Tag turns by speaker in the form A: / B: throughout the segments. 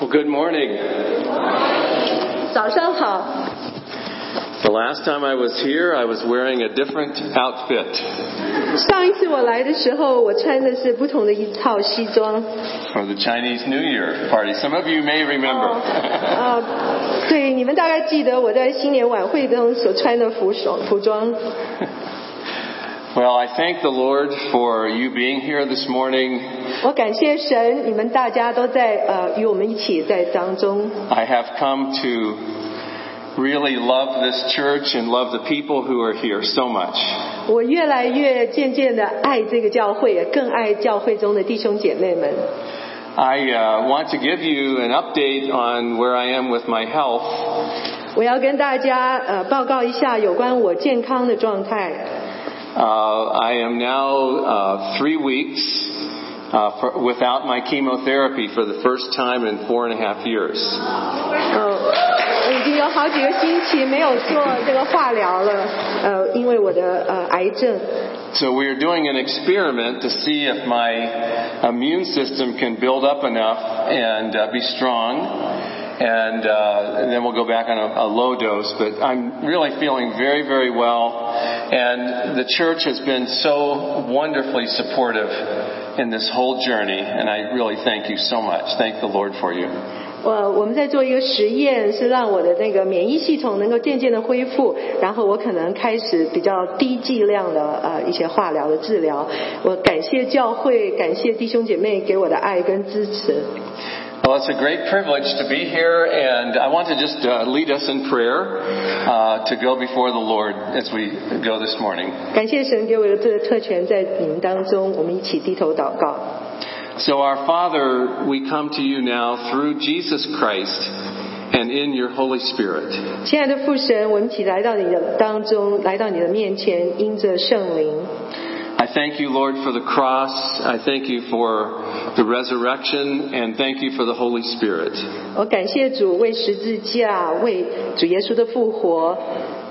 A: Well, good morning.
B: 早上好，
A: The last time I was here, I was wearing a different outfit
B: 上一次我来的时候，我穿的是不同的一套西装。
A: for the Chinese New Year party. Some of you may
B: 哦
A: remember.
B: 呃，对，你们大概记得我在新年晚会中所穿的服装服装。
A: well, I thank the Lord for you being here this morning.
B: 我感谢神，你们大家都在呃与我们一起在当中。
A: I have come to really love this church and love the people who are here so much.
B: 我越来越渐渐的爱这个教会，也更爱教会中的弟兄姐妹们。
A: I uh, want to give you an update on where I am with my health.
B: 我要跟大家呃报告一下有关我健康的状态。
A: Uh, I am now uh, three weeks uh, for, without my chemotherapy for the first time in four and a half years.
B: 呃，我已经有好几个星期没有做这个化疗了，呃，因为我的呃癌症。
A: So we are doing an experiment to see if my immune system can build up enough and uh, be strong, and, uh, and then we'll go back on a, a low dose. But I'm really feeling very, very well, and the church has been so wonderfully supportive in this whole journey, and I really thank you so much. Thank the Lord for you.
B: 我我们在做一个实验，是让我的那个免疫系统能够渐渐的恢复，然后我可能开始比较低剂量的呃一些化疗的治疗。我感谢教会，感谢弟兄姐妹给我的爱跟支持。
A: Well, it's a great privilege to be here, and I want to just uh, lead us in prayer uh, to go before the Lord as we go this morning.
B: 感谢神给我的这个特权，在你们当中，我们一起低头祷告。
A: So, our Father, we come to you now through Jesus Christ and in your Holy Spirit.
B: 亲爱的父神，我们一起来到你的当中，来到你的面前，因着圣灵。
A: I thank you, Lord, for the cross. I thank you for the resurrection, and thank you for the Holy Spirit.
B: 我感谢主为十字架，为主耶稣的复活，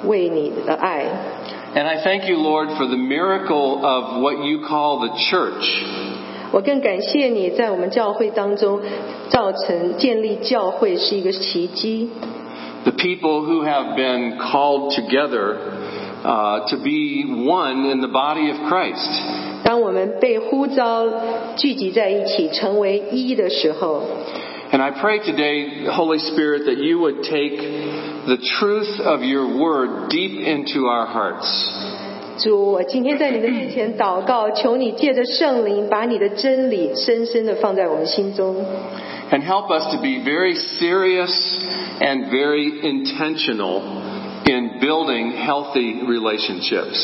B: 为你的爱。
A: And I thank you, Lord, for the miracle of what you call the church.
B: 我更感谢你在我们教会当中造成建立教会是一个奇迹。
A: the people who have been called together uh, to be one in the body of Christ.
B: 当我们被呼召聚集在一起成为一的时候，
A: And I pray today, Holy Spirit, that you would take the truth of your word deep into our hearts.
B: 主，我今天在你的面前祷告，求你借着圣灵把你的真理深深的放在我们心中。
A: And help us to be very serious and very intentional in building healthy relationships.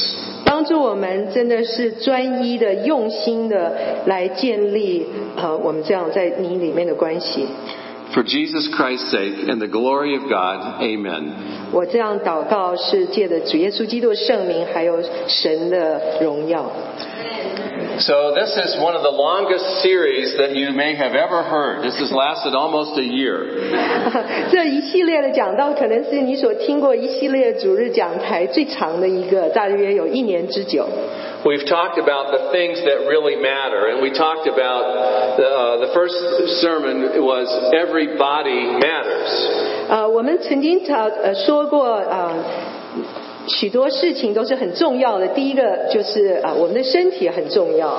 B: 帮助我们真的是专一的、用心的来建立呃我们这样在你里面的关系。
A: For Jesus Christ's sake and the glory of God, amen.
B: 我这样祷告是借着主耶稣基督的圣名，还有神的荣耀。
A: So this is one of the longest series that you may have ever heard. This has lasted almost a year.
B: 这一系列的讲道，可能是你所听过一系列主日讲台最长的一个，大约有一年之久。
A: We've talked about the things that really matter, and we talked about the, uh, the first sermon was every body matters.
B: 呃，我们曾经讨呃说过呃。许多事情都是很重要的。第一个就是啊、呃我们的身体很重要。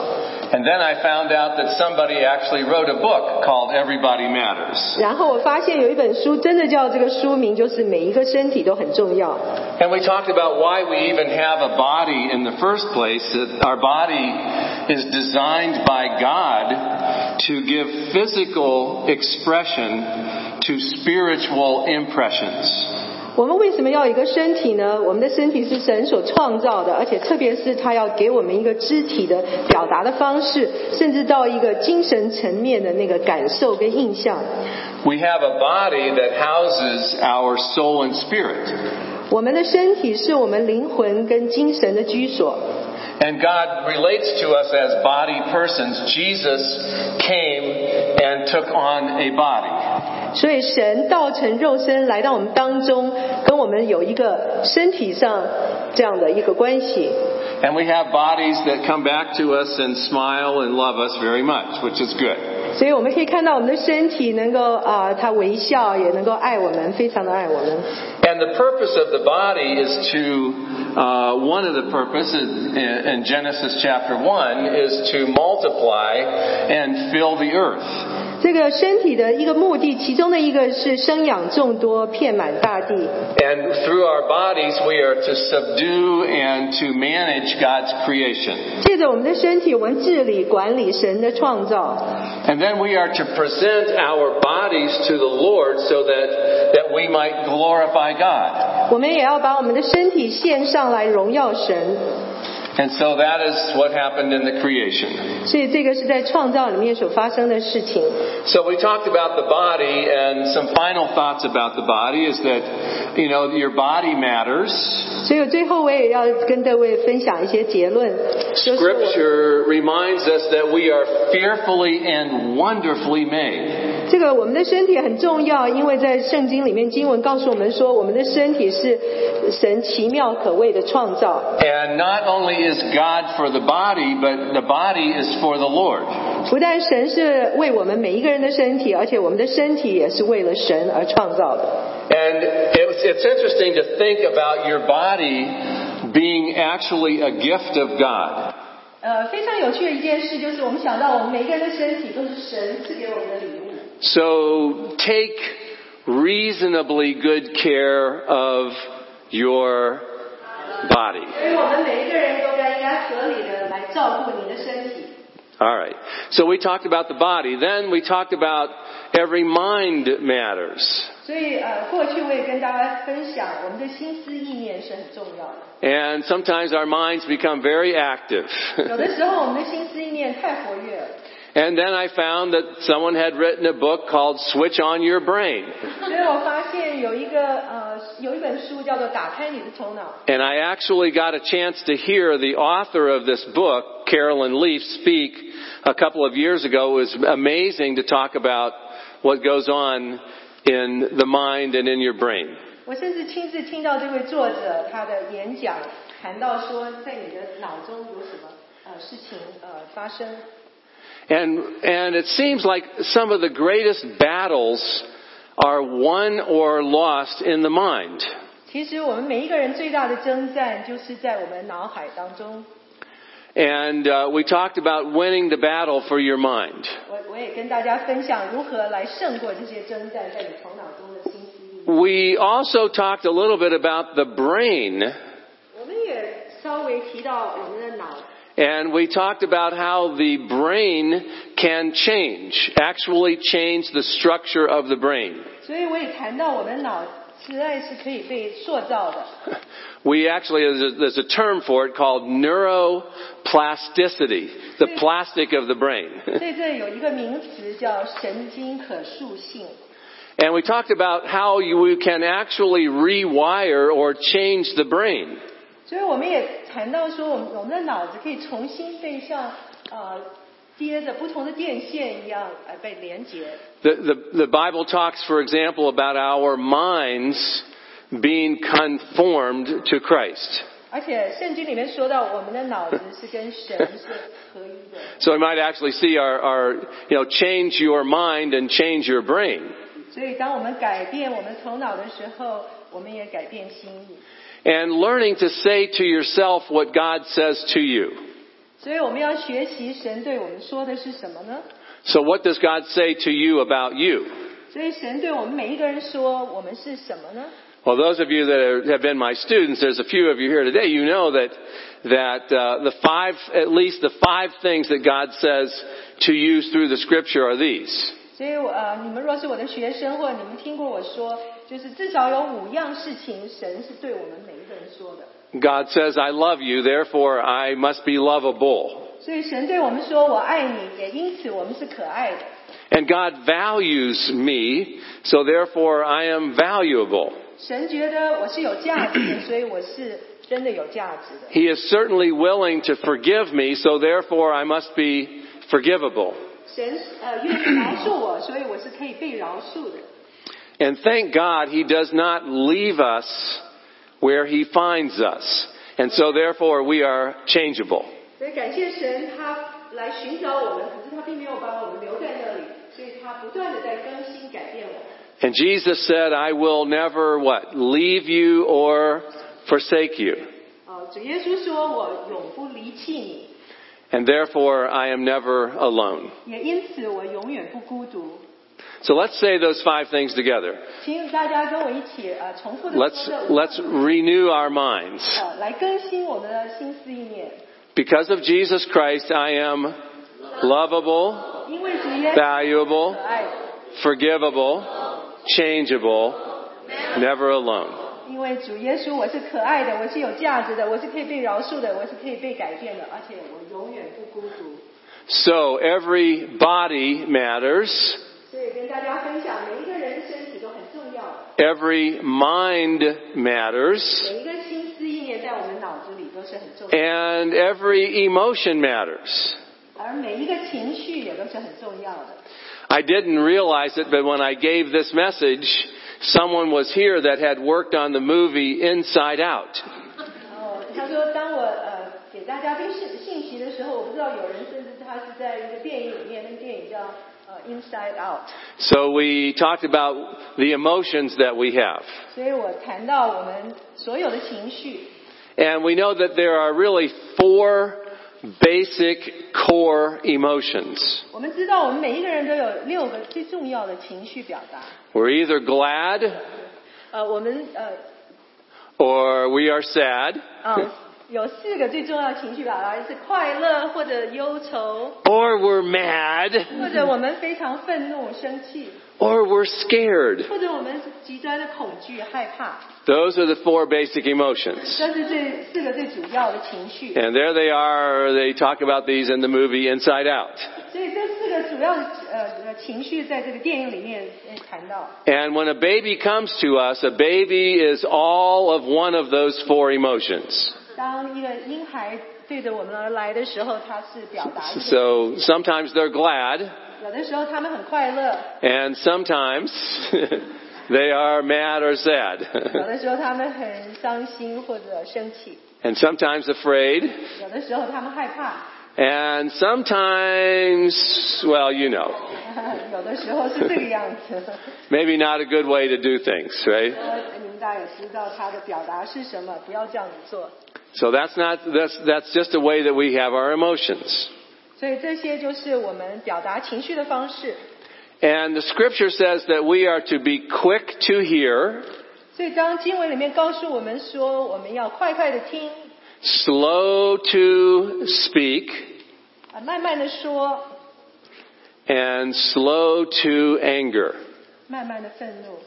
A: And then I found out that somebody actually wrote a book called Everybody Matters.
B: 然后我发现有一本书真的叫这个书名，就是每一个身体都很重要。
A: And we talked about why we even have a body in the first place, that our body is designed by God to give physical expression to spiritual impressions.
B: 我们为什么要有一个身体呢？我们的身体是神所创造的，而且特别是他要给我们一个肢体的表达的方式，甚至到一个精神层面的那个感受跟印象。
A: We have a body that houses our soul and spirit.
B: 我们的身体是我们灵魂跟精神的居所。
A: And God relates to us as body persons. Jesus came and took on a body.
B: 所以神道成肉身来到我们当中，跟我们有一个身体上这样的一个关系。
A: And we have bodies that come back to us and smile and love us very much, which is good.
B: 所以我们可以看到我们的身体能够啊、呃，它微笑，也能够爱我们，非常的爱我们。
A: And the purpose of the body is to, uh, one of the purposes in, in Genesis chapter 1 is to multiply and fill the earth.
B: 这个身体的一个目的，其中的一个是生养众多，遍满大地。
A: And through our bodies, we are to subdue and to manage God's creation.
B: 借着我们的身体，我们治理管理神的创造，
A: And then we are to present our bodies to the Lord so that, that we might glorify God.
B: 我们也要把我们的身体献上来荣耀神。
A: And so that is what happened in the creation.
B: 所以这个是在创造里面所发生的事情。
A: So we talked about the body, and some final thoughts about the body is that, you know, your body matters.
B: 所以最后我也要跟各位分享一些结论，就是我
A: Scripture reminds us that we are fearfully and wonderfully made.
B: 这个我们的身体很重要，因为在圣经里面经文告诉我们说，我们的身体是神奇妙可畏的创造。
A: And not only is God for the body, but the body is for the Lord.
B: 不但神是为我们每一个人的身体，而且我们的身体也是为了神而创造的。
A: And it's, it's interesting to think about your body being actually a gift of God.
B: 呃，非常有趣的一件事就是，我们想到我们每个人的身体都是神赐给我们的礼物。
A: So take reasonably good care of your body.
B: 所以我们每一个人都该应该合理的来照顾你的身体。
A: All right. So we talked about the body. Then we talked about every mind matters.
B: 所以呃，过去我也跟大家分享，我们的心思意念是很重要的。
A: And sometimes our minds become very active.
B: 有的时候我们的心思意念太活跃了。
A: and then I found that someone had written a book called Switch on Your Brain.
B: 所以我发现有一个呃有一本书叫做《打开你的头脑》，
A: And I actually got a chance to hear the author of this book, Carolyn Leaf, speak a couple of years ago. It was amazing to talk about what goes on in the mind and in your brain.
B: 我甚至亲自听到这位作者他的演讲，谈到说在你的脑中有什么呃事情呃发生。
A: And, and it seems like some of the greatest battles are won or lost in the mind.
B: 其实我们每一个人最大的征战就是在我们脑海当中。
A: And uh, we talked about winning the battle for your mind.
B: 我我也跟大家分享如何来胜过这些征战在你头脑中的心思意念。
A: We also talked a little bit about the brain,
B: 我们也稍微提到我们的脑，
A: and we talked about how the brain can change, actually change the structure of the brain.
B: 所以我也谈到我们脑实在是可以被塑造的。
A: We actually, there's a, there's a term for it called neuroplasticity, the plastic of the brain.
B: 所以这有一个名词叫神经可塑性。
A: And we talked about how you we can actually rewire or change the brain.
B: 所以我们也谈到说，我们我们的脑子可以重新被像呃接着不同的电线一样呃被连接。
A: The, the, the Bible talks, for example, about our minds being conformed to Christ.
B: 而且圣经里面说到，我们的脑子是跟神是合一的，
A: So we might actually see our, our, you know, change your mind and change your brain.
B: 所以当我们改变我们头脑的时候，我们也改变心意。
A: And learning to say to yourself what God says to you.
B: 所以我们要学习神对我们说的是什么呢？
A: So what does God say to you about you?
B: 所以神对我们每一个人说，我们是什么呢？
A: Well, those of you that are, have been my students, there's a few of you here today. You know that that uh, the five, at least the five things that God says to you through the Scripture are these.
B: 所以我呃，你们若是我的学生，或者你们听过我说，就是至少有五样事情，神是对我们每一个人说的。
A: God says, "I love you, therefore I must be lovable."
B: 所以神对我们说：“我爱你。”也因此我们是可爱的。
A: And God values me, so therefore I am valuable.
B: 神觉得我是有价值的，所以我是真的有价值的。
A: He is certainly willing to forgive me, so therefore I must be forgivable.
B: 神呃愿意饶恕我，所以我是可以被饶恕的。
A: And thank God he does not leave us where he finds us. And so therefore we are changeable.
B: 所以感谢神，他来寻找我们，可是他并没有把我们留在那里，所以他不断的在更新改变我们。
A: And Jesus said, I will never what? Leave you or forsake you.
B: 呃，主耶稣说：“我永不离弃你，
A: And therefore I am never alone.
B: 也因此我永远不孤独。
A: So let's say those five things together. ”
B: 请大家跟我一起呃重复的
A: Let's, let's renew our minds.
B: 呃来更新我们的心思意念，
A: Because of Jesus Christ, I am lovable,
B: 因为主耶稣可
A: valuable,
B: 爱，
A: forgivable, changeable, never alone.
B: 因为主耶稣我是可爱的，我是有价值的，我是可以被饶恕的，我是可以被改变的，而且我永远不孤独。
A: So every body matters,
B: 所以跟大家分享，每一个人身体都很重要，
A: every mind matters.
B: 每一个心思意念在我们脑子里都是很重要，
A: And every emotion matters.
B: 而每一个情绪也都是很重要的。
A: I didn't realize it, but when I gave this message, someone was here that had worked on the movie Inside Out.
B: 哦，他说，当我呃给大家这信信息的时候，我不知道有人甚至他是在一个电影里面，那个电影叫呃《Inside Out》，
A: So we talked about the emotions that we have.
B: 所以我谈到我们所有的情绪，
A: And we know that there are really four basic core emotions.
B: 我们知道我们每一个人都有六个最重要的情绪表达，
A: We're either glad
B: 呃，我们呃
A: or we are sad
B: 呃有四个最重要的情绪表达是快乐或者忧愁，
A: or we're mad
B: 或者我们非常愤怒、生气，
A: or we're scared.
B: 或者我们极端的恐惧、害怕，
A: Those are the four basic emotions.
B: 这是最四个最主要的情绪。
A: And there they are. They talk about these in the movie Inside Out.
B: 所以这四个主要的呃呃情绪在这个电影里面呃谈到。
A: And when a baby comes to us, a baby is all of one of those four emotions.
B: 当一个婴孩对着我们而来的时候，他是啊表达一些，
A: So sometimes they're glad,
B: 有的时候他们很快乐，
A: and sometimes they are mad or sad,
B: 有的时候他们很伤心或者生气，
A: and sometimes afraid,
B: 有的时候他们害怕，
A: and sometimes, well, you know,
B: 有的时候是这个样子。
A: maybe not a good way to do things, right?
B: 呃你们大家也知道他的表达是什么，不要这样子做。
A: So that's not that's that's just a way that we have our emotions.
B: 所以这些就是我们表达情绪的方式。
A: And the scripture says that we are to be quick to hear,
B: 所以当经文里面告诉我们说，我们要快快的听，
A: slow to speak,
B: 啊，慢慢的说，
A: and slow to anger.
B: 慢慢的愤怒。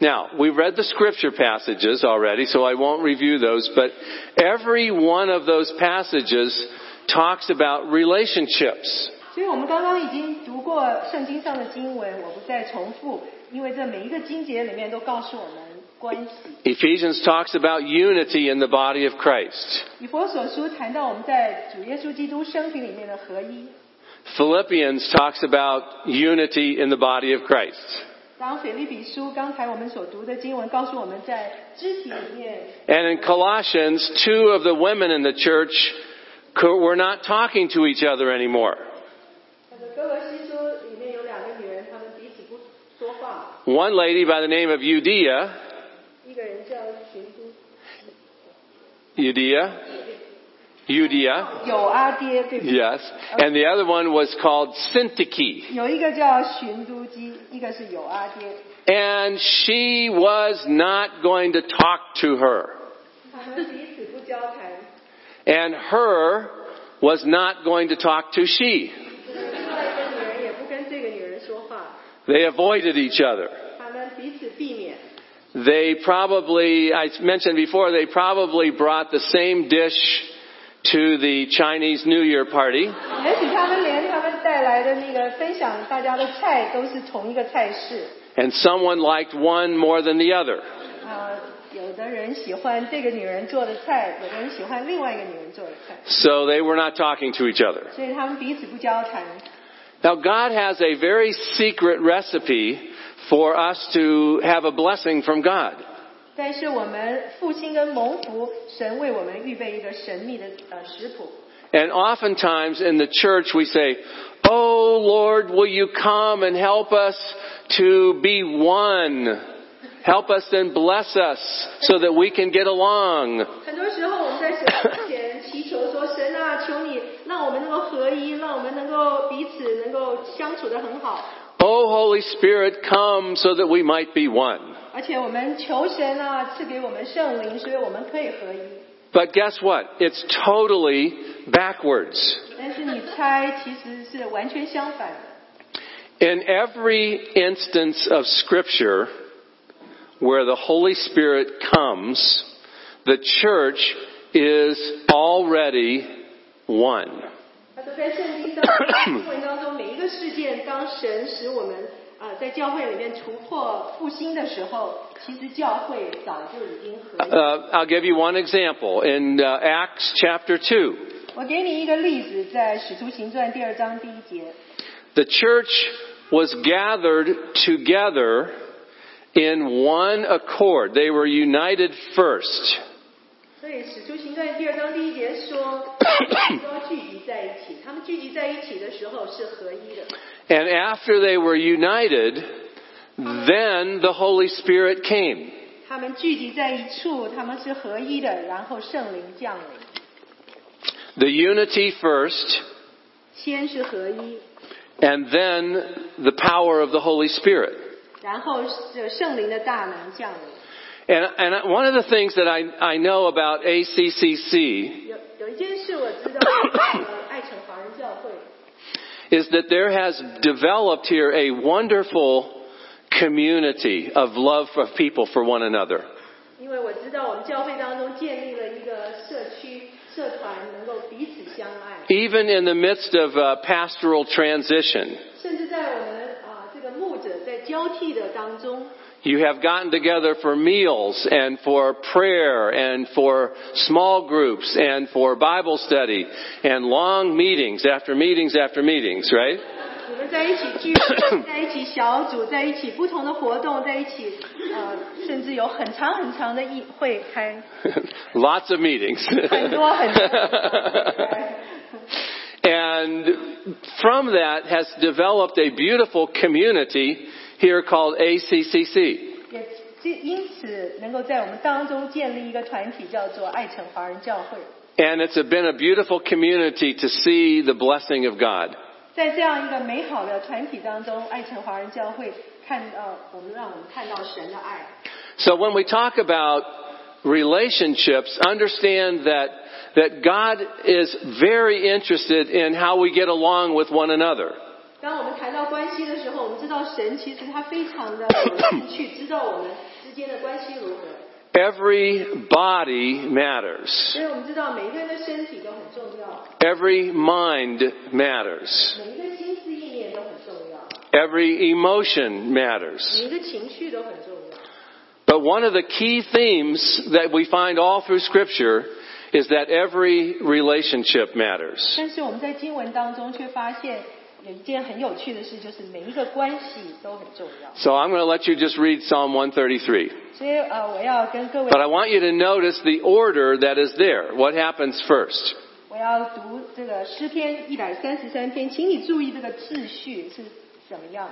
A: Now, we read the scripture passages already, so I won't review those, but every one of those passages talks about relationships.
B: 所以我们刚刚已经读过圣经上的经文，我不再重复，因为这每一个经节里面都告诉我们关系。
A: Ephesians talks about unity in the body of Christ.
B: 以佛所书谈到我们在主耶稣基督生平里面的合一，
A: Philippians talks about unity in the body of Christ.
B: 当腓利比书刚才我们所读的经文告诉我们在肢体里面，
A: And in Colossians, two of the women in the church co- were not talking to each other anymore.
B: 那个哥罗西书里面有两个女人，她们彼此不说话，
A: One lady by the name of Eudia,
B: 一个人叫寻都
A: Eudia, Eudia,
B: 有阿爹对不对？
A: yes, and the other one was called Syntyche.
B: 有一个叫寻都基，一个是有阿爹。
A: And she was not going to talk to her.
B: 他们彼此不交谈，
A: And her was not going to talk to she.
B: 另外一个女人也不跟这个女人说话，
A: They avoided each other.
B: 他们彼此避免。
A: They probably, I mentioned before, they probably brought the same dish to the Chinese New Year party.
B: 也许他们连他们带来的那个分享大家的菜都是同一个菜式，
A: And someone liked one more than the other.
B: 啊、有的人喜欢这个女人做的菜，有的人喜欢另外一个女人做的菜，
A: So they were not talking to each other.
B: 所以他们彼此不交谈。
A: Now God has a very secret recipe for us to have a blessing from God.
B: 但是我们复兴跟蒙福，神为我们预备一个神秘的呃食谱。
A: And oftentimes in the church we say, Oh Lord, will you come and help us to be one? Help us and bless us so that we can get along.
B: 很多时候我们在神面前祈求说：“神啊，求你让我们能够合一，让我们能够彼此能够相处的很好。
A: Oh Holy Spirit, come so that we might be one. ”
B: 而且我们求神啊，赐给我们圣灵，所以我们可以合一。
A: But guess what? It's totally backwards.
B: 但是你猜，其实是完全相反的。
A: In every instance of Scripture where the Holy Spirit comes, the church is already one.
B: 他说，在圣经当中、经文当中，每一个事件，当神使我们啊、呃在教会里面突破复兴的时候，其实教会早就已经合一。
A: Uh, I'll give you one example in uh, Acts chapter 2.
B: 我给你一个例子，在《使徒行传》第二章第一节，
A: The church was gathered together in one accord. They were united first.
B: 所以《使徒行传》第二章第一节说，都聚集在一起。他们聚集在一起的时候是合一的。
A: And after they were united, then the Holy Spirit came.
B: 他们聚集在一处，他们是合一的，然后圣灵降临，
A: The unity first,
B: 先是合一，
A: and then the power of the Holy Spirit.
B: 然后这圣灵的大能降临。
A: And, and one of the things that I, I know about ACCC
B: 有有一件事我知道，呃，爱城华人教会，
A: is that there has developed here a wonderful community of love of people for one another.
B: 因为我知道我们教会当中建立了一个社区社团，能够彼此相爱，
A: Even in the midst of uh, pastoral transition,
B: 甚至在我们啊、这个牧者在交替的当中，
A: you have gotten together for meals and for prayer and for small groups and for Bible study and long meetings after meetings after meetings, right?
B: 你们在一起聚会，在一起小组，在一起不同的活动，在一起呃，甚至有很长很长的议会开，
A: Lots of meetings.
B: 很多很多。
A: and from that has developed a beautiful community here called ACCC.
B: 也这因此能够在我们当中建立一个团体，叫做爱城华人教会。
A: And it's been a beautiful community to see the blessing of God.
B: 在这样一个美好的团体当中，爱城华人教会看到我们，让我们看到神的爱。
A: So when we talk about relationships, understand that, that God is very interested in how we get along with one another.
B: 当我们谈到关系的时候，我们知道神其实他非常的有兴趣，知道我们之间的关系如何。
A: Every body matters.
B: 所以我们知道每一个人的身体都很重要，
A: Every mind matters.
B: 每一个心思意念都很重要，
A: Every emotion
B: 每
A: matters.
B: 一个情绪都很重要。
A: But one of the key themes that we find all through scripture is that every relationship matters.
B: 但是我们在经文当中却发现有一件很有趣的事，就是每一个关系都很重要。
A: So I'm going to let you just read Psalm 133.
B: 所以呃，我要跟各位
A: But，I want you to notice the order that is there. What happens first?
B: 我要读这个诗篇一百三十三篇，请你注意这个秩序是怎么样。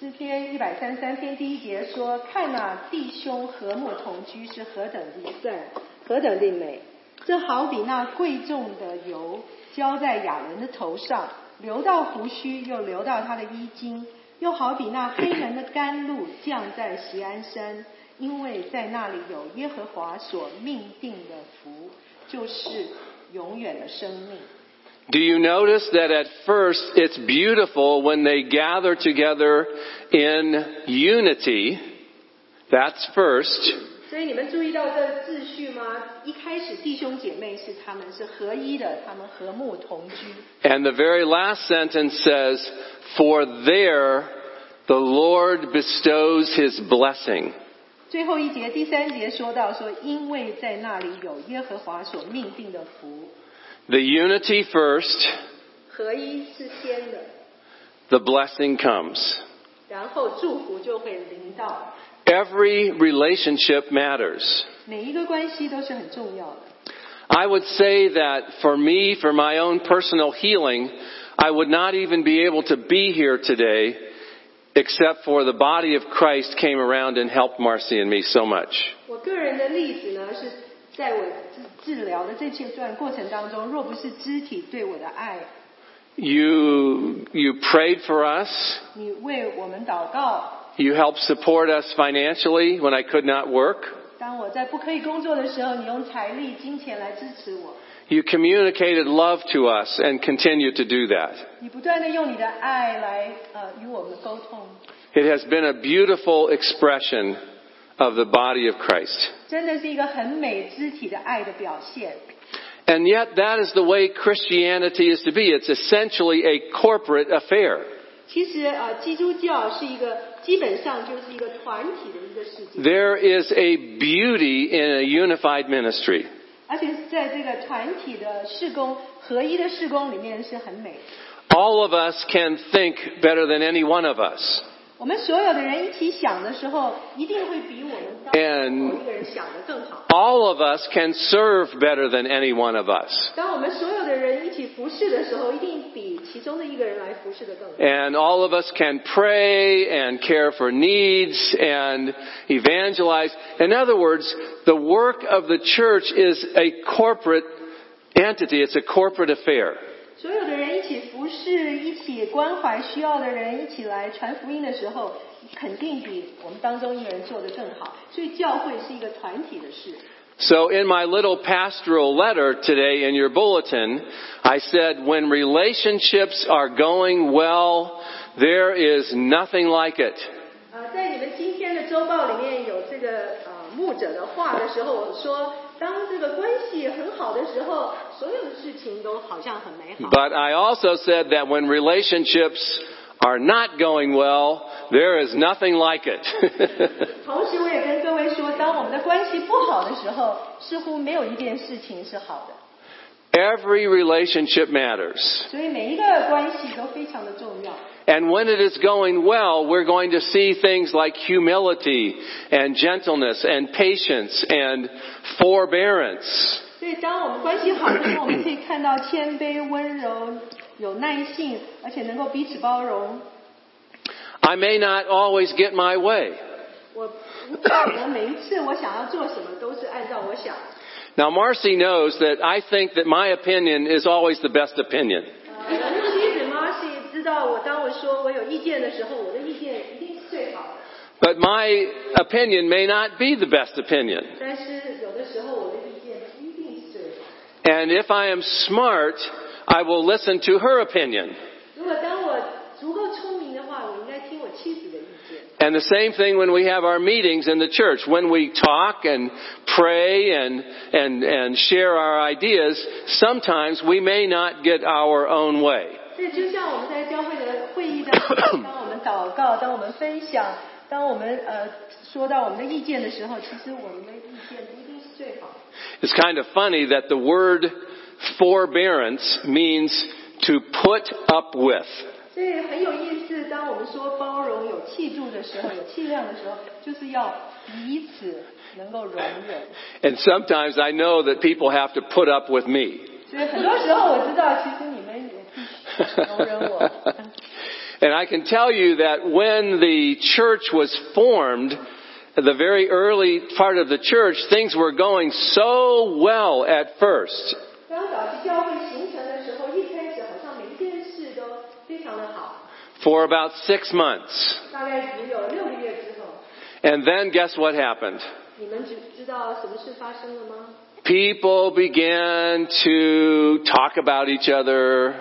B: 诗篇一百三十三篇第一节说：“看呐、啊弟兄和睦同居是何等的善，何等的美！这好比那贵重的油浇在亚伦的头上，流到胡须，又流到他的衣襟；又好比那黑门的甘露降在锡安山，因为在那里有耶和华所命定的福，就是永远的生命。”
A: Do you notice that at first it's beautiful when they gather together in unity? That's first.
B: 所以你们注意到这秩序吗？一开始弟兄姐妹是他们是合一的，他们和睦同居。
A: And the very last sentence says, For there the Lord bestows his blessing.
B: 最后一节第三节说到说，因为在那里有耶和华所命定的福，
A: The unity first,
B: 合一是先的，
A: the blessing comes.
B: 然后祝福就会临到。
A: Every relationship matters.
B: 每一个关系都是很重要的。
A: I would say that for me, for my own personal healing, I would not even be able to be here today except for the body of Christ came around and helped Marcy and me so much.
B: 我个人的例子呢，是在我治治疗的这阶段过程当中，若不是肢体对我的爱，
A: You, you prayed for us.
B: 你为我们祷告，
A: You helped support us financially when I could not work.
B: 当我在不可以工作的时候，你用财力、金钱来支持我，
A: You communicated love to us and continue to do that.
B: 你不断的用你的爱来呃与我们沟通，
A: It has been a beautiful expression of the body of Christ.
B: 真的是一个很美肢体的爱的表现。
A: And yet that is the way Christianity is to be. It's essentially a corporate affair.
B: 其实呃，基督教是一个基本上就是一个团体的一个世界，
A: There is a beauty in a unified ministry.
B: 而且是在这个团体的事工合一的事工里面是很美的。
A: All of us can think better than any one of us.
B: 我们所有的人一起想的时候，一定会比我们当中
A: And-
B: 某一个人想的更好。
A: All of us can serve better than any one of us.
B: 当我们所有的人一起服侍的时候，一定比其中的一个人来服侍的更好。
A: And all of us can pray and care for needs and evangelize. In other words, the work of the church is a corporate entity. It's a corporate affair.
B: 所有的人一起服侍，一起关怀需要的人，一起来传福音的时候，肯定比我们当中一个人做的更好。所以教会是一个团体的事。
A: So in my little pastoral letter today in your bulletin, I said when relationships are going well, there is nothing like it.
B: 呃，在你们今天的周报里面有这个呃牧者的话的时候，我说，当这个关系很好的时候，所有的事情都好像很美好。
A: But I also said that when relationships are not going well, there is nothing like it.
B: 同时，我也跟各位说，当我们的关系不好的时候，似乎没有一件事情是好的，
A: Every relationship matters.
B: 所以每一个关系都非常的重要。
A: And when it is going well, we're going to see things like humility and gentleness and patience and forbearance.
B: 所以，当我们关系好的时候，我们可以看到谦卑、温柔、有耐性，而且能够彼此包容。
A: I may not always get my way.
B: 我无法我每一次我想要做什么，都是按照我想。
A: Now Marcy knows that I think that my opinion is always the best opinion.
B: 呃，妻子妈是知道我，当我说我有意见的时候，我的意见一定是最好的。
A: But my opinion may not be the best opinion.
B: 但是有的时候我的意见不一定是最好的。
A: And if I am smart, I will listen to her opinion.
B: 如果当我足够聪明的话，我应该听我妻子的意见。
A: And the same thing when we have our meetings in the church. When we talk and pray and, and, and share our ideas, sometimes we may not get our own way.
B: 所以，就像我们在教会的会议当中，当我们祷告，当我们分享，当我们呃说到我们的意见的时候，其实我们的意见不一定是最好的。
A: It's kind of funny that the word forbearance means to put up with.
B: 所以很有意思，当我们说包容、有气度的时候，有气量的时候，就是要彼此能够容忍。
A: And sometimes I know that people have to put up with me.
B: 所以很多时候我知道，其实你们也必须容忍我。
A: and I can tell you that when the church was formed, at the very early part of the church, things were going so well at first.
B: 当早期教会形成的时候，一开始好像每一件事都非常的好，
A: For about six months.
B: 大概只有六个月之后，
A: And then guess what happened?
B: 你们知知道什么事发生了吗？
A: People began to talk about each other.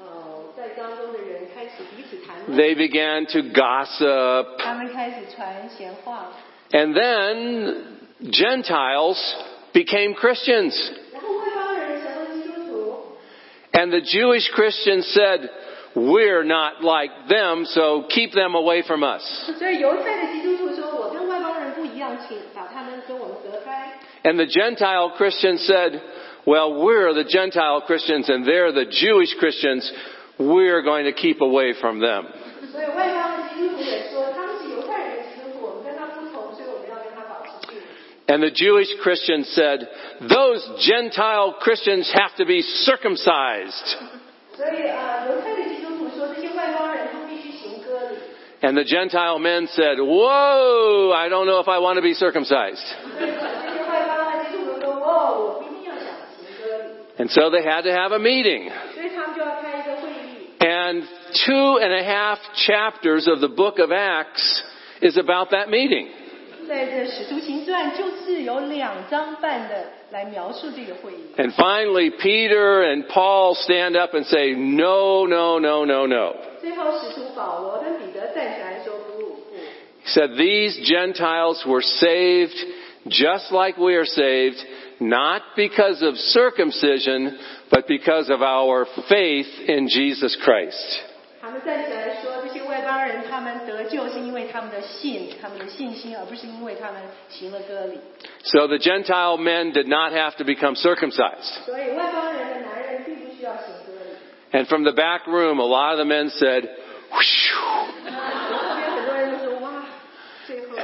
B: 呃，在当中的人开始彼此谈论，
A: They began to gossip.
B: 他们开始传闲话，
A: And then Gentiles became Christians.
B: 然后外邦人成了基督徒。
A: And the Jewish Christians said, We're not like them, so keep them away from us.
B: 所以犹太的基督徒说：“我跟外邦人不一样，请把他们跟我们隔开。
A: And the Gentile Christians said, Well, we're the Gentile Christians and they're the Jewish Christians. We're going to keep away from them. ”
B: 所以外邦的基督徒也说：“他们是犹太人的基督徒，我们跟他们不同，
A: And the Jewish Christians said, Those Gentile Christians have to be circumcised.
B: 所以啊，犹太的基督徒说，这些外邦人他必须行割礼。
A: And the Gentile men said, Whoa, I don't know if I want to be circumcised.
B: 所以这些外邦的基督徒说，哇，我不一定要想行割礼，
A: And so they had to have a meeting.
B: 所以他们就要开一个会议。
A: And two and a half chapters of the book of Acts is about that meeting.
B: 在这《使徒行传》就是有两章半的来描述这个会议。
A: And finally, Peter and Paul stand up and say, No, no, no, no, no.
B: 最后，使徒保罗跟彼得站起来说：“不，不，
A: He said, These Gentiles were saved just like we are saved, not because of circumcision, but because of our faith in Jesus Christ.
B: 他们站起来说，这些外邦人他们得救是因为他们的信，他们的信心，而不是因为他们行了割礼。
A: So the Gentile men did not have to become circumcised.
B: 所以外邦人的男人并不需要行割礼。
A: And from the back room, a lot of the men said, Whew.
B: 我后面很多人都说哇，最后，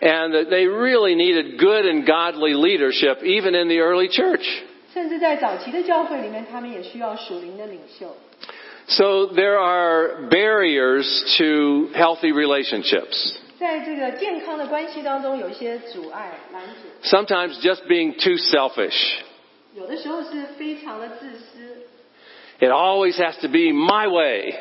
A: And that they really needed good and godly leadership, even in the early church.
B: 甚至在早期的教会里面，他们也需要属灵的领袖。
A: So there are barriers to healthy relationships.
B: 在这个健康的关系当中，有一些阻碍、拦阻，
A: Sometimes just being too selfish.
B: 有的时候是非常的自私，
A: It always has to be my way.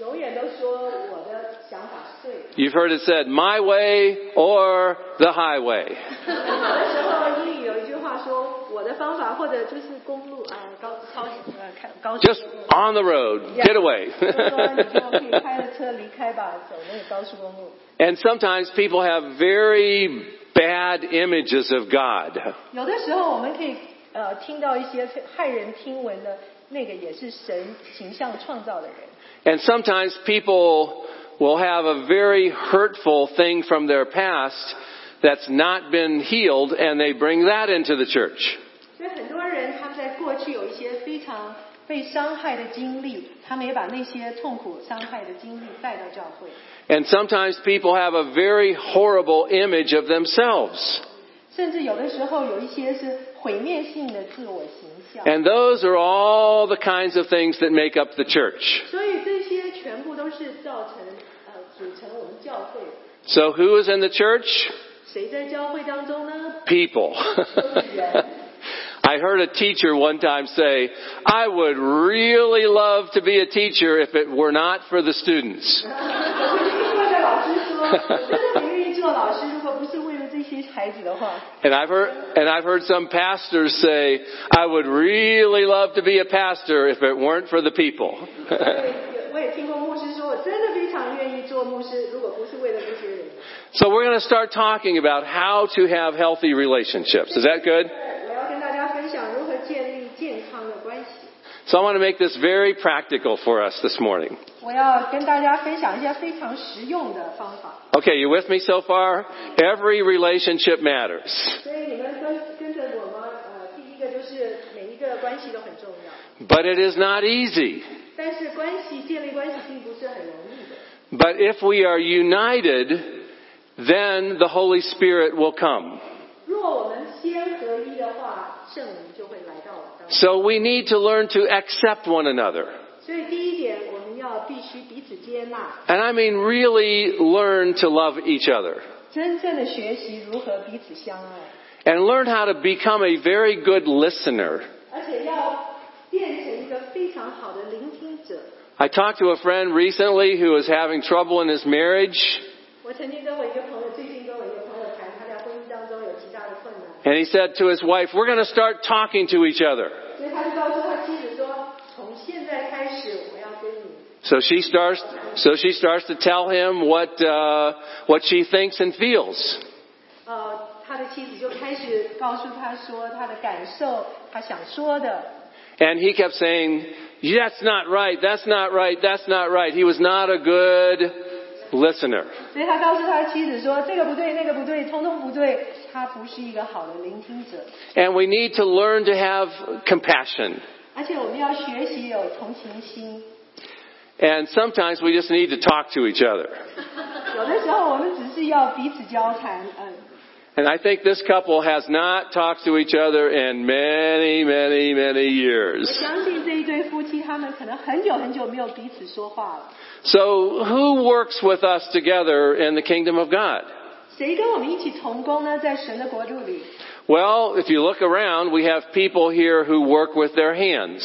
B: 永远都说我的想法是对的。
A: You've heard it said, my way or the highway.
B: 有的时候英语有一句话说，我的方法或者就是公路啊、呃高超呃开高速
A: Just
B: 公路。
A: on the road. Get away.
B: 就是说 你就可以开着车离开吧，走那个高速公路。
A: and sometimes people have very bad images of God.
B: 有的时候我们可以呃听到一些骇人听闻的，那个也是神形象创造的人。
A: And sometimes people will have a very hurtful thing from their past that's not been healed and they bring that into the church.
B: 所以很多人他们在过去有一些非常被伤害的经历，他们也把那些痛苦伤害的经历带到教会。
A: And sometimes people have a very horrible image of themselves.
B: 甚至有的时候有一些是毁灭性的自我形象。
A: And those are all the kinds of things that make up the church.
B: 所以这些全部都是造成呃组成我们教会。
A: So who is in the church?
B: 谁在教会当中呢？
A: People.
B: 就是人。
A: I heard a teacher one time say, I would really love to be a teacher if it were not for the students.
B: 我听过的老师说，我真的很愿意做老师，如果不是为了这些孩子的话。
A: And I've heard, and I've heard some pastors say, I would really love to be a pastor if it weren't for the people.
B: 我也我也听过牧师说，我真的非常愿意做牧师，如果不是为了这些人。
A: so we're going to start talking about how to have healthy relationships. Is that good?
B: 我要跟大家分享如何建立健康的关系。
A: So I want to make this very practical for us this morning.
B: 我要跟大家分享一些非常实用的方法。
A: Okay, you with me so far? Every relationship matters.
B: 所以你们跟跟着我吗？呃，第一个就是每一个关系都很重要，
A: But it is not easy.
B: 但是关系建立关系并不是很容易的。
A: But if we are united, then the Holy Spirit will come.
B: 若我们先合一的话，圣灵就会来到我们当中。
A: So we need to learn to accept one another.
B: 所以第一点，我们要必须彼此接纳，
A: And I mean really learn to love each other.
B: 真正的学习如何彼此相爱，
A: And learn how to become a very good listener.
B: 而且要变成一个非常好的聆听者。
A: I talked to a friend recently who was having trouble in his marriage,
B: 我曾经跟我一个朋友，最近跟我一个朋友谈，他在婚姻当中有极大的困难。
A: and he said to his wife, We're going to start talking to each other.
B: 所以他就告诉他妻子说：“从现在开始，我要跟你。
A: So she starts, so she starts to tell him what, uh, what she thinks and feels. ”
B: 呃，他的妻子就开始告诉他说他的感受，他想说的。
A: And he kept saying, That's not right, that's not right, that's not right. He was not a good listener.
B: 所以他告诉他妻子说：“这个不对，那个不对，通通不对。”他不是一个好的聆听者，
A: And we need to learn to have compassion.
B: 而且我们要学习有同情心。
A: And sometimes we just need to talk to each other.
B: 有的时候我们只是要彼此交谈，嗯、
A: And I think this couple has not talked to each other in many, many, many
B: 我
A: years.
B: 相信这一对夫妻，他们可能很久很久没有彼此说话了。
A: So who works with us together in the kingdom of God?
B: 谁跟我们一起同工呢？在神的国度里，
A: Well, if you look around, we have people here who work with their hands.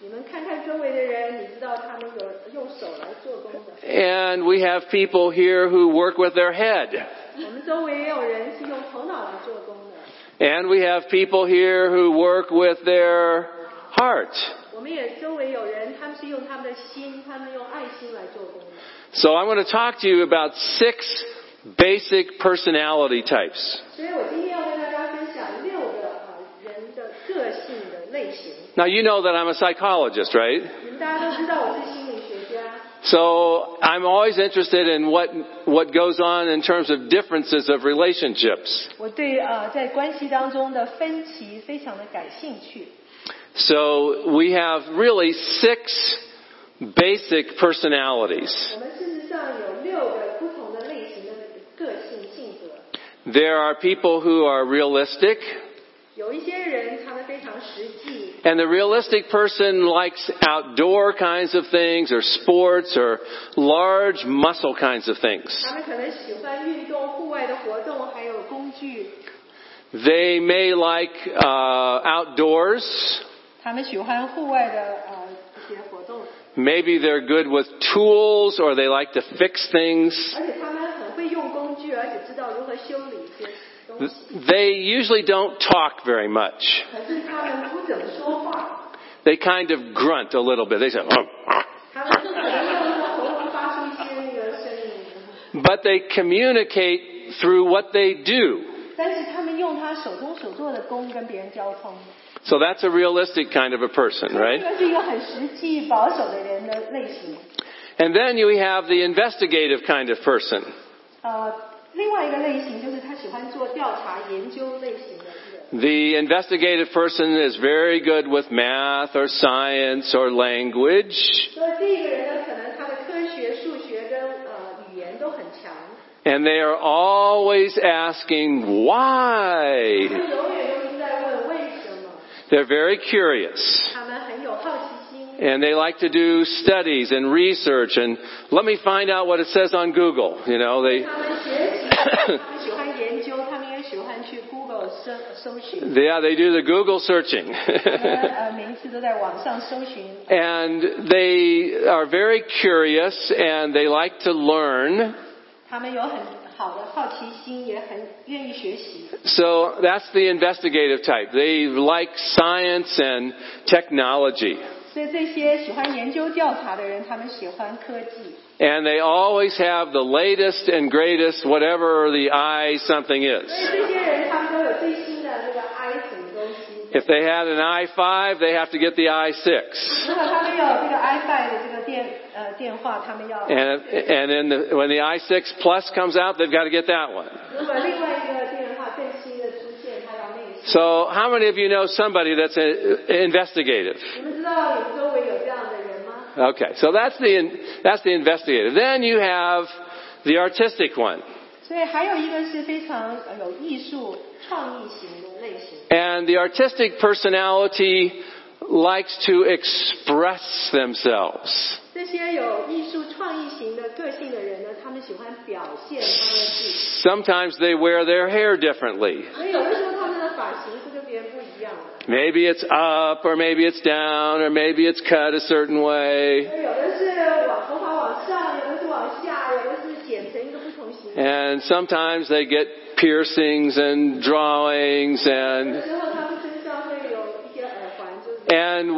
B: 你们看看周围的人，你知道他们有用手来做工的。
A: And we have people here who work with their head.
B: 我们周围也有人是用头脑来做工的。
A: And we have people here who work with their heart.
B: 我们也周围有人，他们是用他们的心，他们用爱心来做工的。
A: So I'm going to talk to you about six basic personality types.
B: 所以我今天要跟大家分享六个啊人的个性的类型。
A: Now you know that I'm a psychologist, right?
B: 你们嗯大家都知道我是心理学家，
A: So I'm always interested in what, what goes on in terms of differences of relationships.
B: 我对呃在关系当中的分歧非常的感兴趣。
A: So we have really six basic personalities.
B: 我们事实上有六个不同的类型的个性性格，
A: There are people who are realistic,
B: 有一些人他们非常实际，
A: and the realistic person likes outdoor kinds of things or sports or large muscle kinds of things.
B: 他们可能喜欢运动、户外的活动，还有工具，
A: They may like uh, outdoors.
B: 他们喜欢户外的呃一些活动，
A: Maybe they're good with tools or they like to fix things.
B: 而且他们很会用工具，而且知道如何修理一些东西。
A: They usually don't talk very much.
B: 可是他们不怎么说话，
A: They kind of grunt a little bit. They say, "Oh, "Huh, huh."
B: 他们就可能用喉咙发出一些那个声音，
A: but they communicate through what they do.
B: 但是他们用他手工手做的工跟别人交通。
A: So that's a realistic kind of a person,
B: 这
A: right?
B: 个是一个很实际保守的人的类型。
A: And then you have the investigative kind of person.
B: 呃，另外一个类型就是他喜欢做调查研究类型的人。
A: The investigative person is very good with math or science or language.
B: 所以这个人呢，可能他的科学、数学跟呃语言都很强，
A: And they are always asking
B: 他
A: why.
B: 们永远都是在问为什么，
A: They're very curious.
B: 他们很有好奇心，
A: And they like to do studies and research and let me find out what it says on Google. You know, they,
B: 他们学习，他们喜欢研究，他们也喜欢去 Google 搜搜寻，
A: yeah, they do the Google searching.
B: 他们呃每一次都在网上搜寻。
A: and they are very curious and they like to learn.
B: 他们有很好的好奇心，也很愿意学习。
A: So that's the investigative type. They like science and technology.
B: 所以这些喜欢研究调查的人，他们喜欢科技，
A: And they always have the latest and greatest, whatever the I something
B: 所以
A: is.
B: 这些人他们都有最新的那个 i 什么东西。
A: If they had an i5, they have to get the i6.
B: 如果他们有这个 iFi 的这个电呃电话，他们要；
A: And, and in the, when the i6 Plus comes out, they've got to get that one.
B: 如果另外一个电话更新的出现，他要内新。
A: So how many of you know somebody that's a, investigative?
B: 你们知道你们周围有这样的人吗？
A: Okay, so that's the, that's the investigative. Then you have the artistic one.
B: 所以还有一个是非常呃有艺术创意型的类型，
A: And the artistic personality likes to express themselves.
B: 这些有艺术创意型的个性的人呢，他们喜欢表现他们自己。
A: Sometimes they wear their hair differently.
B: 所以有的时候他们的发型是跟别人不一样的，
A: Maybe it's up, or maybe it's down, or maybe it's cut a certain way.
B: 所以有的是往头发往上，有的是往下，有的是剪成一个不同形状。
A: And sometimes they get piercings and drawings and
B: 之后他们身上会有一些耳环，就是
A: and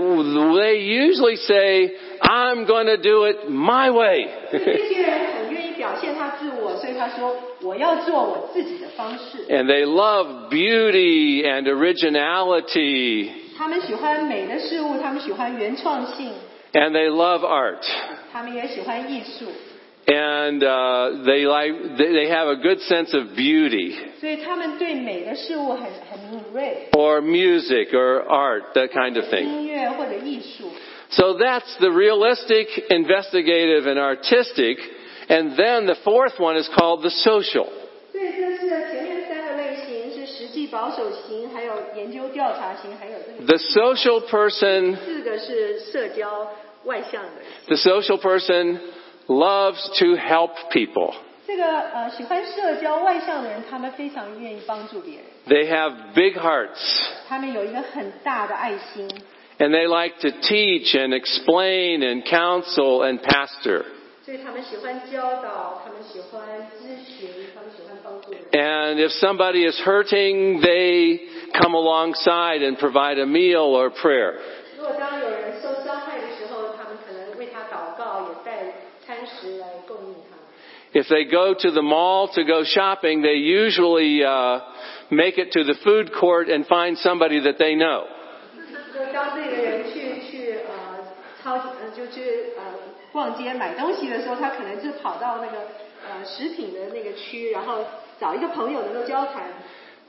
A: they usually say, I'm going to do it my way.
B: 这些人很愿意表现他自我，所以他说我要做我自己的方式。
A: and they love beauty and originality,
B: 他们喜欢美的事物，他们喜欢原创性，
A: and they love art.
B: 他们也喜欢艺术，
A: And uh, they like they, they have a good sense of beauty
B: 所以他们对美的事物很很敏锐，
A: or music or art, that kind of thing.
B: 音乐或者艺术。
A: So that's the realistic, investigative, and artistic. And then the fourth one is called the social.
B: 所以这是前面三个类型，纪保守型，还有研究调查型，还有这个
A: The social person
B: 四个是社交外向的。
A: The social person loves to help people.
B: 这个呃，喜欢社交外向的人，他们非常愿意帮助别人，
A: They have big hearts
B: 他们有一个很大的爱心，
A: and they like to teach and explain and counsel and pastor.
B: 所以他们喜欢教导，他们喜欢咨询，他们喜欢帮助人。
A: And if somebody is hurting, they come alongside and provide a meal or prayer.
B: 如果当有人受伤害的时候，他们可能为他祷告，也带餐食来供应他。
A: If they go to the mall to go shopping, they usually uh, make it to the food court and find somebody that they know.
B: 就当这个人去去呃超级呃就去呃逛街买东西的时候，他可能就跑到那个呃食品的那个区，然后找一个朋友能够交谈。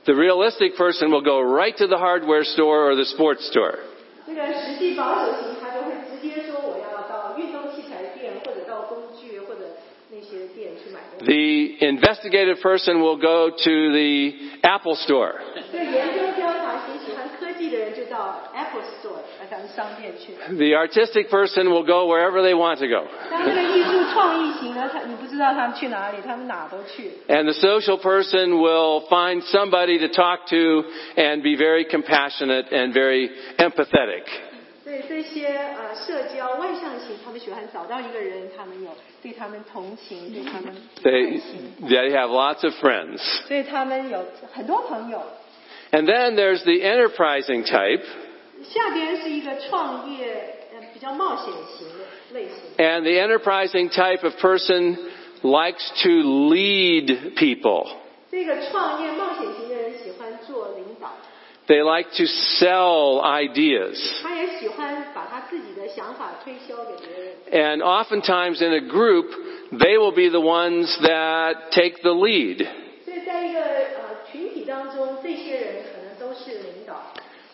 A: The realistic person will go right to the hardware store or the sports store.
B: 那个实际保守型，他就会直接说我要到运动器材店或者到工具或者那些店去买东西。
A: The investigative person will go to the Apple store.
B: 所以研究调查型喜欢科技的人就到 Apple Store 呃咱们商店去。
A: The artistic person will go wherever they want to go.
B: 当这个艺术创意型呢，他你不知道他们去哪里，他们哪都去。
A: And the social person will find somebody to talk to and be very compassionate and very empathetic.
B: 所以这些呃社交外向型，他们喜欢找到一个人，他们有对他们同情，对他们关
A: They,
B: 心，
A: they have lots of friends.
B: 所以他们有很多朋友。
A: And then there's the enterprising type.
B: 下边是一个创业呃比较冒险型的类型，
A: And the enterprising type of person likes to lead people.
B: 这个创业冒险型的人喜欢做领导，
A: They like to sell ideas.
B: 他也喜欢把他自己的想法推销给别人。
A: And oftentimes in a group, they will be the ones that take the lead.
B: 所以在一个呃群体当中，这些人可能都是领导，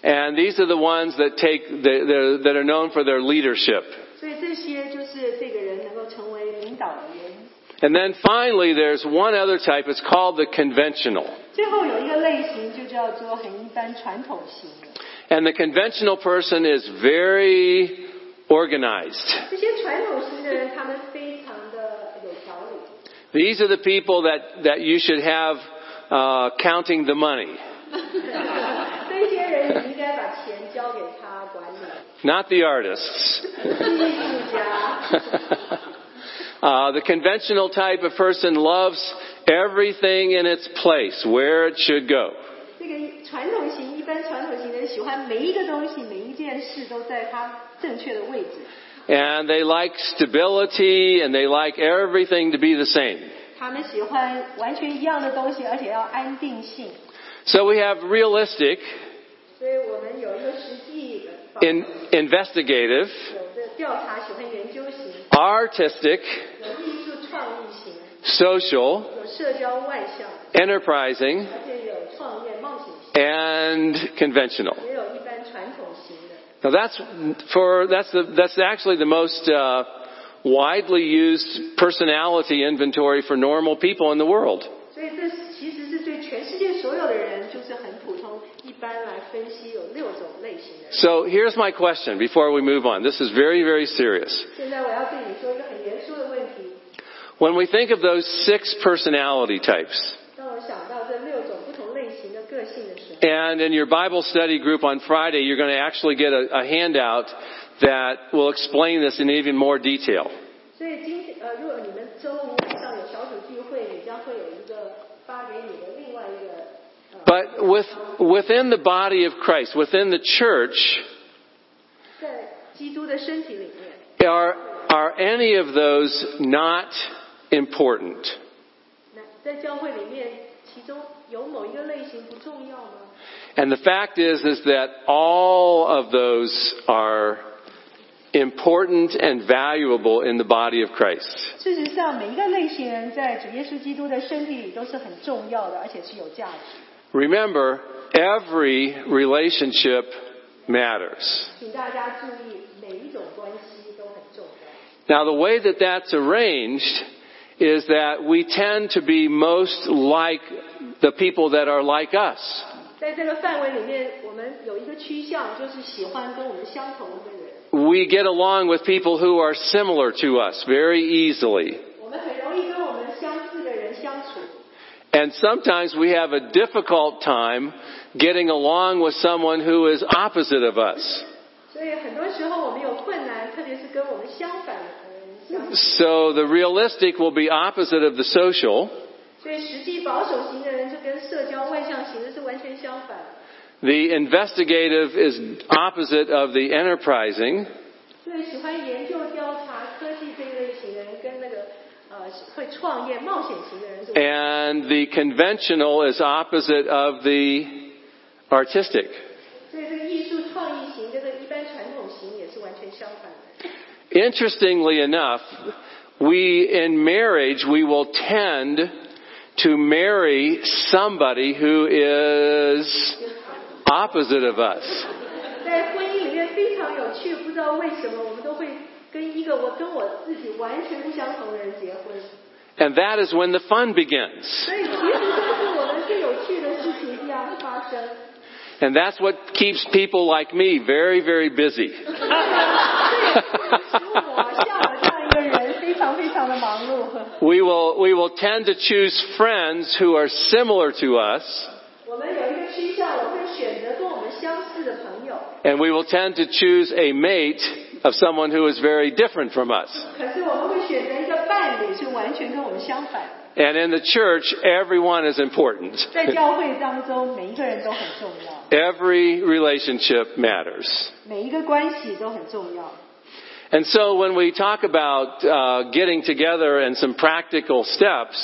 A: And these are the ones that take the, the, that are known for their leadership.
B: 所以这些就是这个人能够成为领导的原因。
A: And then finally, there's one other type. It's called the conventional.
B: 最后有一个类型就叫做很一般传统型的，
A: And the conventional person is very organized.
B: 这些传统型的人他们非常的有条理，
A: These are the people that, that you should have uh, counting the money,
B: 这些人你应该把钱交给他管理，
A: not the artists.
B: 艺术家。
A: Uh, the conventional type of person loves everything in its place, where it should go.
B: 这个传统型一般传统型的人喜欢每一个东西每一件事都在它正确的位置，
A: And they like stability and they like everything to be the same.
B: 他们喜欢完全一样的东西，而且要安定性。
A: So we have realistic,
B: 所以我们有一个实际的方法
A: in, investigative,
B: 有这调查喜欢研究型，
A: artistic,
B: 有艺术创意型。
A: social,
B: 有社交外向，
A: enterprising,
B: 而且有创业冒险型，
A: and conventional.
B: 也有一般传统型的。
A: Now that's for that's the that's actually the most uh, widely used personality inventory for normal people in the world.
B: 所以这其实是对全世界所有的人，就是很普通，一般来分析有六种类型的人。
A: So here's my question before we move on. This is very very serious.
B: 现在我要对你说一个很严肃的问题。
A: When we think of those six personality types,
B: 当我想到这六种不同类型的个性的时候，
A: and in your Bible study group on Friday, you're going to actually get a, a handout that will explain this in even more detail.
B: 所以今天呃，如果你们周五晚上有小组聚会，你将会有一个发给你的另外一个。呃，
A: But with within the body of Christ, within the church,
B: 在基督的身体里面，
A: Are, are any of those not important?
B: 那在教会里面，其中有某一个类型不重要吗？
A: And the fact is, is that all of those are important and valuable in the body of Christ.
B: 事实上，每一个类型人在主耶稣基督的身体里都是很重要的，而且是有价值。
A: Remember, every relationship matters.
B: 请大家注意，每一种关系都很重要。
A: Now, the way that that's arranged is that we tend to be most like the people that are like us.
B: 在这个范围里面，我们有一个趋向，就是喜欢跟我们相同的人。
A: We get along with people who are similar to us very easily.
B: 我们很容易跟我们相似的人相处，
A: And sometimes we have a difficult time getting along with someone who is opposite of us.
B: 所以很多时候我们有困难，特别是跟我们相反的人相处。
A: So the realistic will be opposite of the social.
B: 所以实际保守型的人就跟社交外向型的是完全相反。
A: The investigative is opposite of the enterprising.
B: 所以喜欢研究、调查、科技这一类型的人，跟那个呃会创业、冒险型的人是完全
A: And the conventional is opposite of the artistic.
B: 所以这个艺术创意型跟这个一般传统型也是完全相反的。
A: Interestingly enough, we, in marriage, we will tend to marry somebody who is opposite of us.
B: 在婚姻里面非常有趣，不知道为什么我们都会跟一个我跟我自己完全不相同的人结婚，
A: And that is when the fun begins.
B: 所以其实这是我们最有趣的事情一样发生。
A: And that's what keeps people like me very, very busy.
B: 使我像我这样一个人非常非常的忙碌，
A: We will, we will tend to choose friends who are similar to us,
B: 我们有一个趋向，我会选择跟我们相似的朋友，
A: and we will tend to choose a mate of someone who is very different from us.
B: 可是我们会选择一个伴侣是完全跟我们相反的。
A: And in the church, everyone is important.
B: 在教会当中，每一个人都很重要。
A: Every relationship matters.
B: 每一个关系都很重要。
A: And so when we talk about uh, getting together and some practical steps,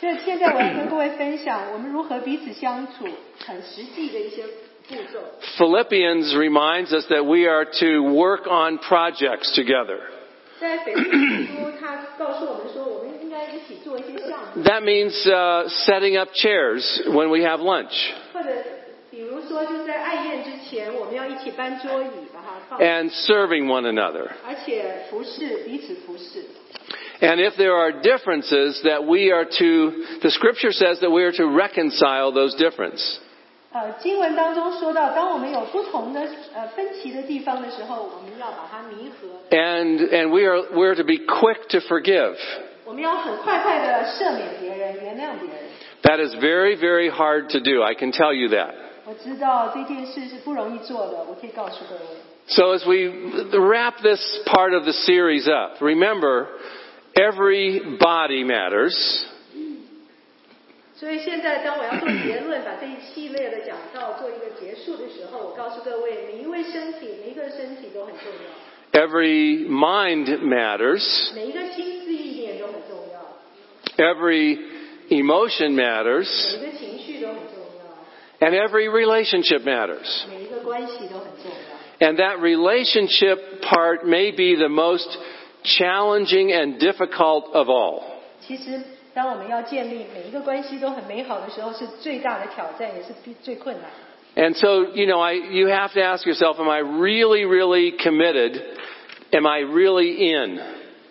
B: 所以现在我要跟各位分享，我们如何彼此相处，很实际的一些步骤。
A: Philippians reminds us that we are to work on projects together.
B: 在腓立比书，他告诉我们说，我们应该一起做一些项目，
A: That means uh, setting up chairs when we have lunch
B: 或者比如说，就在爱宴之前，我们要一起搬桌椅，把它放，
A: and serving one another.
B: 而且服侍彼此服侍。
A: And if there are differences, that we are to, the scripture says that we are to reconcile those differences.
B: 呃，经文当中说到，当我们有不同的呃分歧的地方的时候，我们要把它弥合，
A: And, and we are, we're to be quick to forgive.
B: 我们要很快快的赦免别人，原谅别人。
A: That is very, very hard to do. I can tell you that.
B: 我知道这件事是不容易做的，我可以告诉各位。
A: So as we wrap this part of the series up, remember, every body matters.
B: 所以现在，当我要做结论，把这一系列的讲道做一个结束的时候，我告诉各位，每一位身体，每一个身体都很重要，
A: Every mind matters.
B: 每一个心思意念都很重要，
A: Every emotion
B: 每
A: matters.
B: 一个情绪都很重要，
A: And every relationship matters.
B: 每一个关系都很重要。
A: And that relationship part may be the most challenging and difficult of all.
B: 其实，当我们要建立每一个关系都很美好的时候，是最大的挑战，也是最最困难。
A: And so, you know, I, you have to ask yourself, am I really, really committed? Am I really in?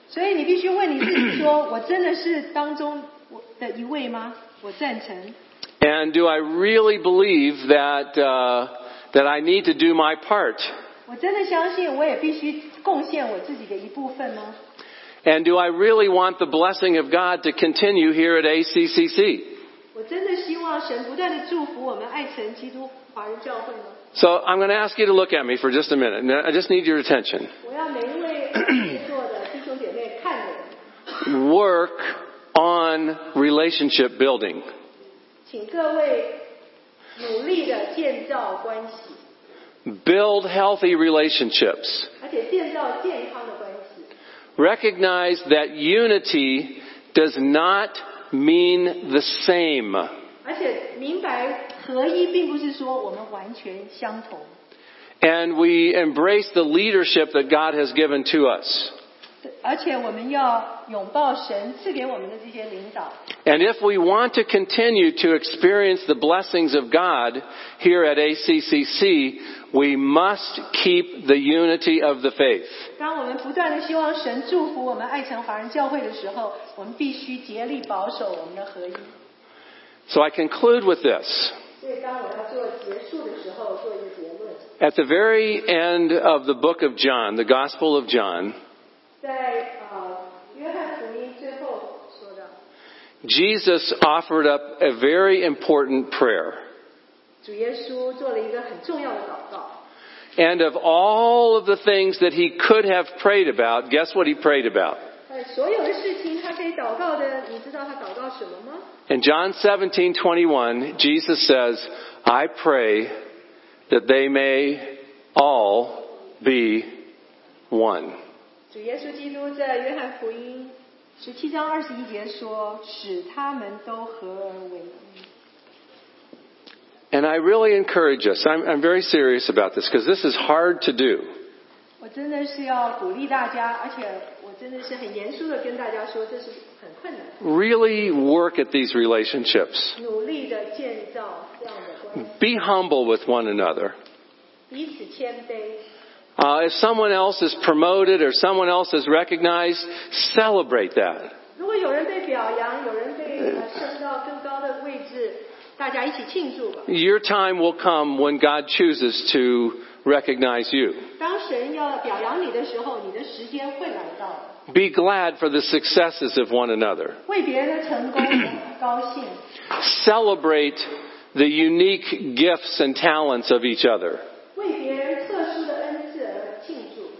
B: 所以，你必须问你自己说：我真的是当中我的一位吗？我赞成。
A: And do I really believe that uh, that I need to do my part?
B: 我真的相信，我也必须贡献我自己的一部分吗？
A: And do I really want the blessing of God to continue here at ACCC?
B: 我真的希望神不断的祝福我们爱神基督华人教会吗？
A: So I'm going to ask you to look at me for just a minute. Now, I just need your attention.
B: 我要每一位在座的弟兄姐妹看着我，
A: Work on relationship building.
B: 请各位努力的建造关系，
A: Build healthy relationships.
B: 而且建造健康的关系。
A: Recognize that unity does not mean the same.
B: 而且明白合一并不是说我们完全相同，
A: And we embrace the leadership that God has given to us.
B: 而且我们要拥抱神赐给我们的这些领导。
A: And if we want to continue to experience the blessings of God here at ACCC, we must keep the unity of the faith.
B: 当我们不断的希望神祝福我们爱城华人教会的时候，我们必须竭力保守我们的合一。
A: So I conclude with this.
B: 所以当我要做结束的时候，做一个结论。
A: At the very end of the book of John, the Gospel of John,
B: 在呃约翰福音最后说的，
A: Jesus offered up a very important prayer.
B: 主耶稣做了一个很重要的祷告。
A: And of all of the things that he could have prayed about, guess what he prayed about?
B: 呃，所有的事情他可以祷告的，你知道他祷告什么吗？
A: In John 17:21, Jesus says, "I pray that they may all be one."
B: 主耶稣基督在约翰福音十七章二十一节说：“使他们都合而为一。
A: And I really encourage us. I'm, I'm very serious about this because this is hard to do. ”
B: 我真的是要鼓励大家，而且我真的是很严肃的跟大家说，这是很困难的，
A: Really work at these relationships.
B: 努力的建造这样的关系，
A: Be humble with one another.
B: 彼此谦卑。
A: Uh, if someone else is promoted or someone else is recognized, celebrate that.
B: 如果有人被表扬，有人被呃升到更高的位置，大家一起庆祝吧。
A: Your time will come when God chooses to recognize you.
B: 当神要表扬你的时候，你的时间会来到的。
A: Be glad for the successes of one another.
B: 为别人的成功而高兴，
A: Celebrate the unique gifts and talents of each other.
B: 为别人特殊的恩赐而庆祝，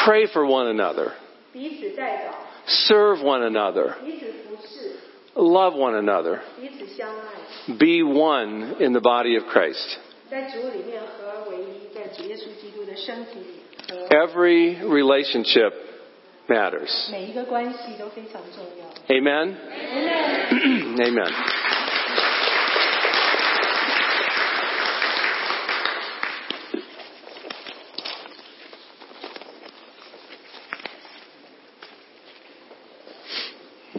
A: Pray for one another.
B: 彼此代表，
A: Serve one another.
B: 彼此服侍，
A: Love one another.
B: 彼此相爱，
A: Be one in the body of Christ.
B: 在主里面合而为一，在主耶稣基督的身体里合，
A: Every relationship matters.
B: 每一个关系都非常重要。
A: Amen. Amen.